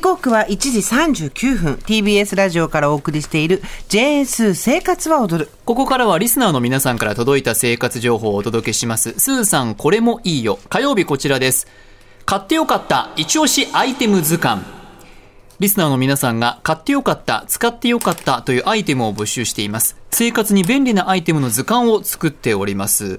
刻は1時39分 TBS ラジオからお送りしている JS 生活は踊るここからはリスナーの皆さんから届いた生活情報をお届けしますスーさんこれもいいよ火曜日こちらです買ってよかった一押しアイテム図鑑リスナーの皆さんが買ってよかった使ってよかったというアイテムを募集しています生活に便利なアイテムの図鑑を作っております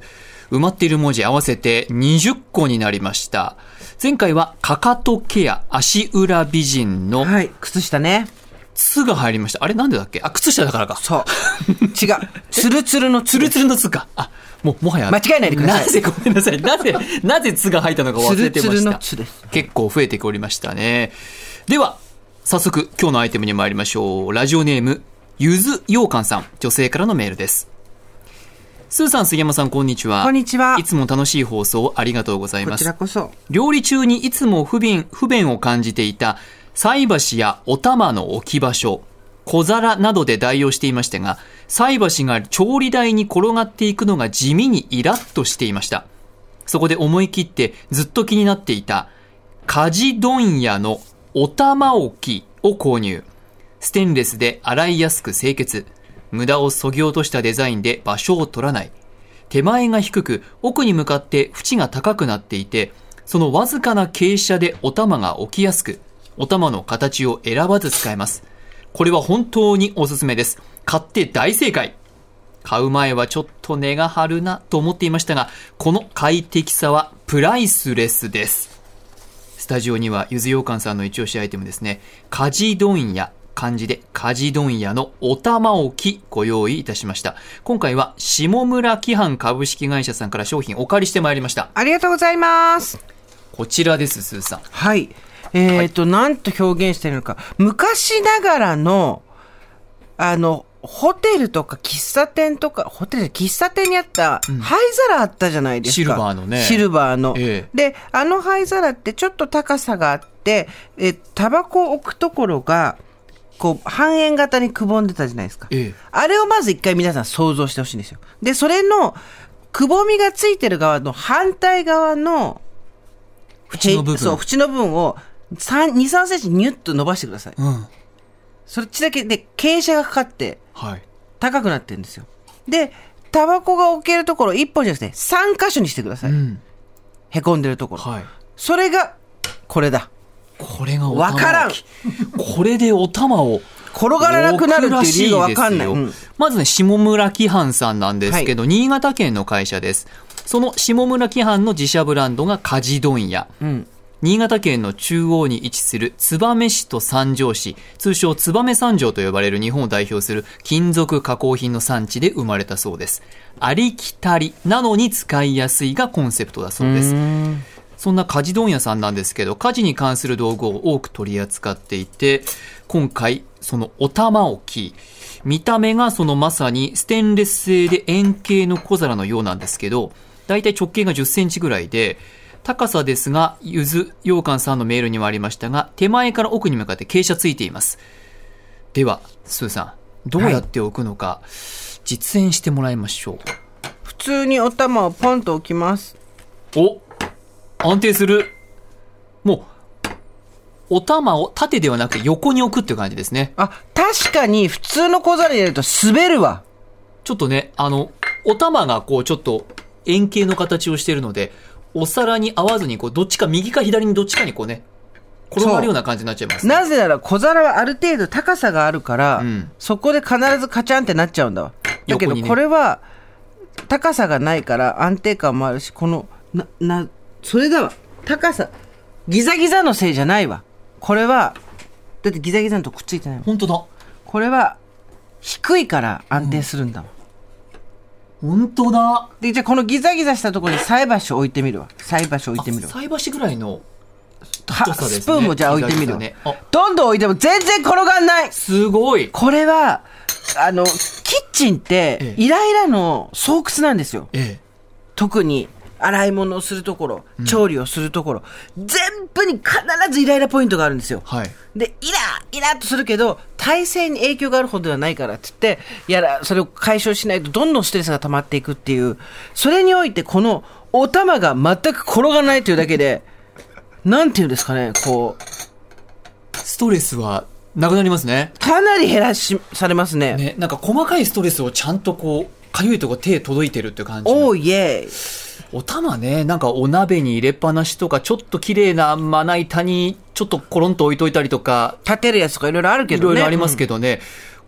埋まっている文字合わせて20個になりました前回はかかとケア足裏美人のはい靴下ね「つ」が入りましたあれなんでだっけあ靴下だからかそう違う ツルツルのツツルルツルの「つ」かあもうもはや間違えないでくださいなぜごめんなさい なぜなぜ「つ」が入ったのか忘れてツましたルツルのつです結構増えておりましたねでは早速今日のアイテムに参りましょうラジオネームゆずようかんさん女性からのメールですスーさん杉山さんこんにちはこんにちはいつも楽しい放送ありがとうございこまちすらこそ料理中にいつも不便、不便を感じていた菜箸やお玉の置き場所、小皿などで代用していましたが、菜箸が調理台に転がっていくのが地味にイラッとしていました。そこで思い切ってずっと気になっていた、家事問屋のお玉置きを購入。ステンレスで洗いやすく清潔。無駄を削ぎ落としたデザインで場所を取らない。手前が低く、奥に向かって縁が高くなっていて、そのわずかな傾斜でお玉が置きやすく、お玉の形を選ばず使えます。これは本当におすすめです。買って大正解買う前はちょっと値が張るなと思っていましたが、この快適さはプライスレスです。スタジオにはゆずようかんさんの一押しアイテムですね。家事問屋、漢字で家事問屋のお玉置きご用意いたしました。今回は下村基販株式会社さんから商品お借りしてまいりました。ありがとうございますこちらです、スーさん。はい。えっ、と、なんと表現してるのか。昔ながらの、あの、ホテルとか喫茶店とか、ホテル、喫茶店にあった灰皿あったじゃないですか。シルバーのねシルバーの。ええで、あの灰皿ってちょっと高さがあって、え、タバコを置くところが、こう、半円型にくぼんでたじゃないですか。ええあれをまず一回皆さん想像してほしいんですよ。で、それの、くぼみがついてる側の反対側の、縁の部分そう、縁の部分を3、2、3センチニュッと伸ばしてください。うん。そっちだけで傾斜がかかってはい。高くなってるんですよ。で、タバコが置けるところ1本じゃなくて3箇所にしてください。うん。へこんでるところ。はい。それが、これだ。これがおわからん置きこれでお玉を。転がらなくなるっていう理由がわかんない。置くうんらしですよまずね、下村基販さんなんですけど、新潟県の会社です。その下村基販の自社ブランドが家事問屋。うん。新潟県の中央に位置する燕市と三条市、通称燕三条と呼ばれる日本を代表する金属加工品の産地で生まれたそうです。ありきたりなのに使いやすいがコンセプトだそうです。そんな家事問屋さんなんですけど、家事に関する道具を多く取り扱っていて、今回、そのお玉置き、見た目がそのまさにステンレス製で円形の小皿のようなんですけど、だいたい直径が10センチぐらいで、高さですが、ゆず羊羹さんのメールにもありましたが、手前から奥に向かって傾斜ついています。では、スーさん、どうやって置くのか、実演してもらいましょ普通にお玉をポンと置きます。う。お安定する。もう、お玉を縦ではなく横に置くっていう感じですね。あ、確かに普通の小皿に入れると滑るわ。ちょっとね、あの、お玉がこう、ちょっと円形の形をしているので、お皿に合わずに、こう、どっちか、右か左にどっちかにこうね、転がるような感じになっちゃいます、ね。なぜなら小皿はある程度高さがあるから、うんそこで必ずカチャンってなっちゃうんだわ。だけ横どにねこれは高さがないから安定感もあるし、この、な、な、それだわ。高さ、ギザギザのせいじゃないわ。これは、だってギザギザのとこくっついてないもん。本当だ。これは低いから安定するんだわ。本当だ。で、じゃあこのギザギザしたところに菜箸を置いてみるわ。菜箸を置いてみるわ。菜箸ぐらいのは太さですねスプーンもじゃあ置いてみるわ、ギザギザねあどんどん置いても全然転がんないすごいこれはあのキッチンっえてえイライラの巣窟なんですよえ特に洗い物をするところ調理をするところ、全部に必ずイライラポイントがあるんですよ、はいでイラーイラーっとするけど体勢に影響があるほどではないからって言ってやらそれを解消しないとどんどんストレスが溜まっていくっていうそれにおいてこのお玉が全く転がらないというだけでなんていうんですかねこうストレスはなくなりますね。かなり減らし、されますね。ね、なんか細かいストレスをちゃんとこう、かゆいとこ手届いてるっていう感じの。おーイエーイ。お玉ね、なんかお鍋に入れっぱなしとか、ちょっと綺麗なまな板にちょっとコロンと置いといたりとか、立てるやつとかいろいろあるけいどね。ろいろありますけどね、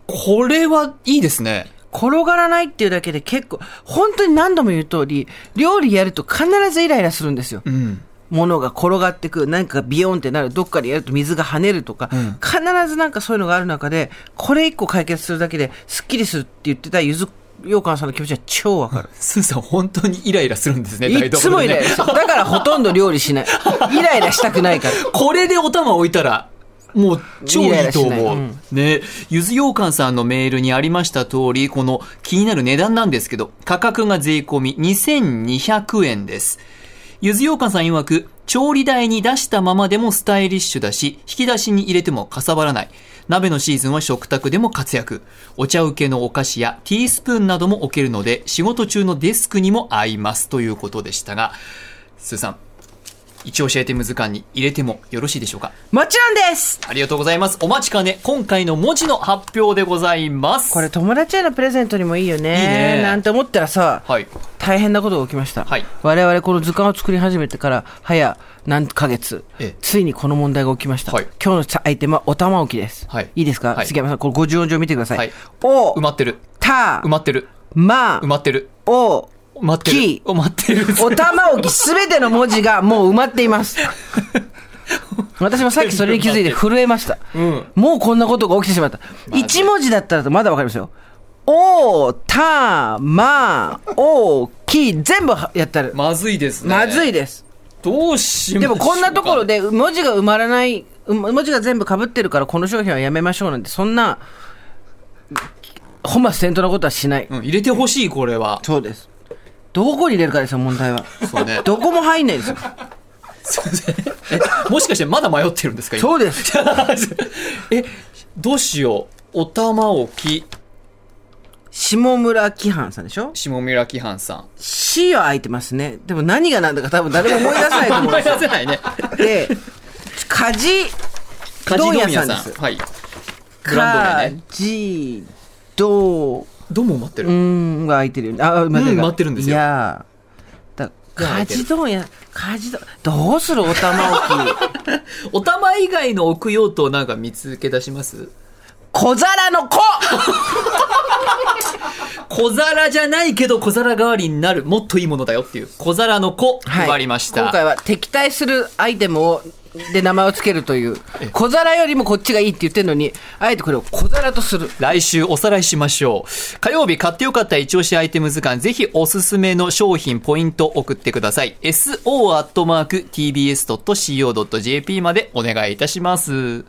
これはいいですね。転がらないっていうだけで結構、本当に何度も言う通り、料理やると必ずイライラするんですよ。うん。物が転がってく、なんかビヨンってなる、どっかでやると水が跳ねるとか、うん必ずなんかそういうのがある中で、これ一個解決するだけで、スッキリするって言ってたゆずようかんさんの気持ちは超わかる。スーさん本当にイライラするんですね、いっつもイライ台所でラすね る。だからほとんど料理しない。イライラしたくないから。これでお玉置いたら、もう超いいとイライラしない思う。うんね。ゆずようかんさんのメールにありました通り、この気になる値段なんですけど、価格が税込み2200円です。ゆずようかんさん曰く、調理台に出したままでもスタイリッシュだし、引き出しに入れてもかさばらない。鍋のシーズンは食卓でも活躍。お茶受けのお菓子やティースプーンなども置けるので、仕事中のデスクにも合います。ということでしたが、すーさん、一応教えてむずかんに入れてもよろしいでしょうかもちろんですありがとうございますお待ちかね今回の文字の発表でございますこれ友達へのプレゼントにもいいよね。いいねなんて思ったらさ、はい大変なことが起きました、はい我々この図鑑を作り始めてから早何ヶ月、ええついにこの問題が起きました、はい今日のアイテムはお玉置きです、はいいですか、はい杉山さんこれ50音順を見てください、はいお埋まってるた埋まってるま埋まってるお埋まってるき埋まってるお玉置きすべての文字がもう埋まっています私もさっきそれに気づいて震えました、んもうこんなことが起きてしまった、マジ一文字だったらまだわかりますよおたまおき全部はやったるまずいですねまずいでです。どうしましでょうもかこんなところで文字が埋まらない、う文字が全部被ってるからこの商品はやめましょうなんて、そんな、本末転倒なことはしない。うん入れてほしいこれはそうです。どこに入れるかですよ、問題は。そうねどこも入んないですよ。えもしかしてまだ迷ってるんですか今 そうです。えどうしようお玉置き下村喜範さんでしょ下村喜範さん死は空いてますね。でも何が何だか多分誰も思い出さないと思うん考でえす よ出せないねで、かじ、家事ど問ん屋屋ささんんですはいブランドか名ねじ、どう、どうも埋まってるうーんが空いてるよね。あ、待うん待ってるんですよいやーだ空カいてるジドンや、カジドン、どうするお玉置 き。 お玉以外の置く用途をなんか見つけ出します小皿の 子小皿じゃないけど小皿代わりになるもっといいものだよっていう小皿の子配りました、今回は敵対するアイテムを、で名前をつけるという。小皿よりもこっちがいいって言ってるのに、あえてこれを小皿とする。来週おさらいしましょう。火曜日買ってよかった一押しアイテム図鑑、ぜひおすすめの商品、ポイント送ってください。so.tbs.co.jp までお願いいたします。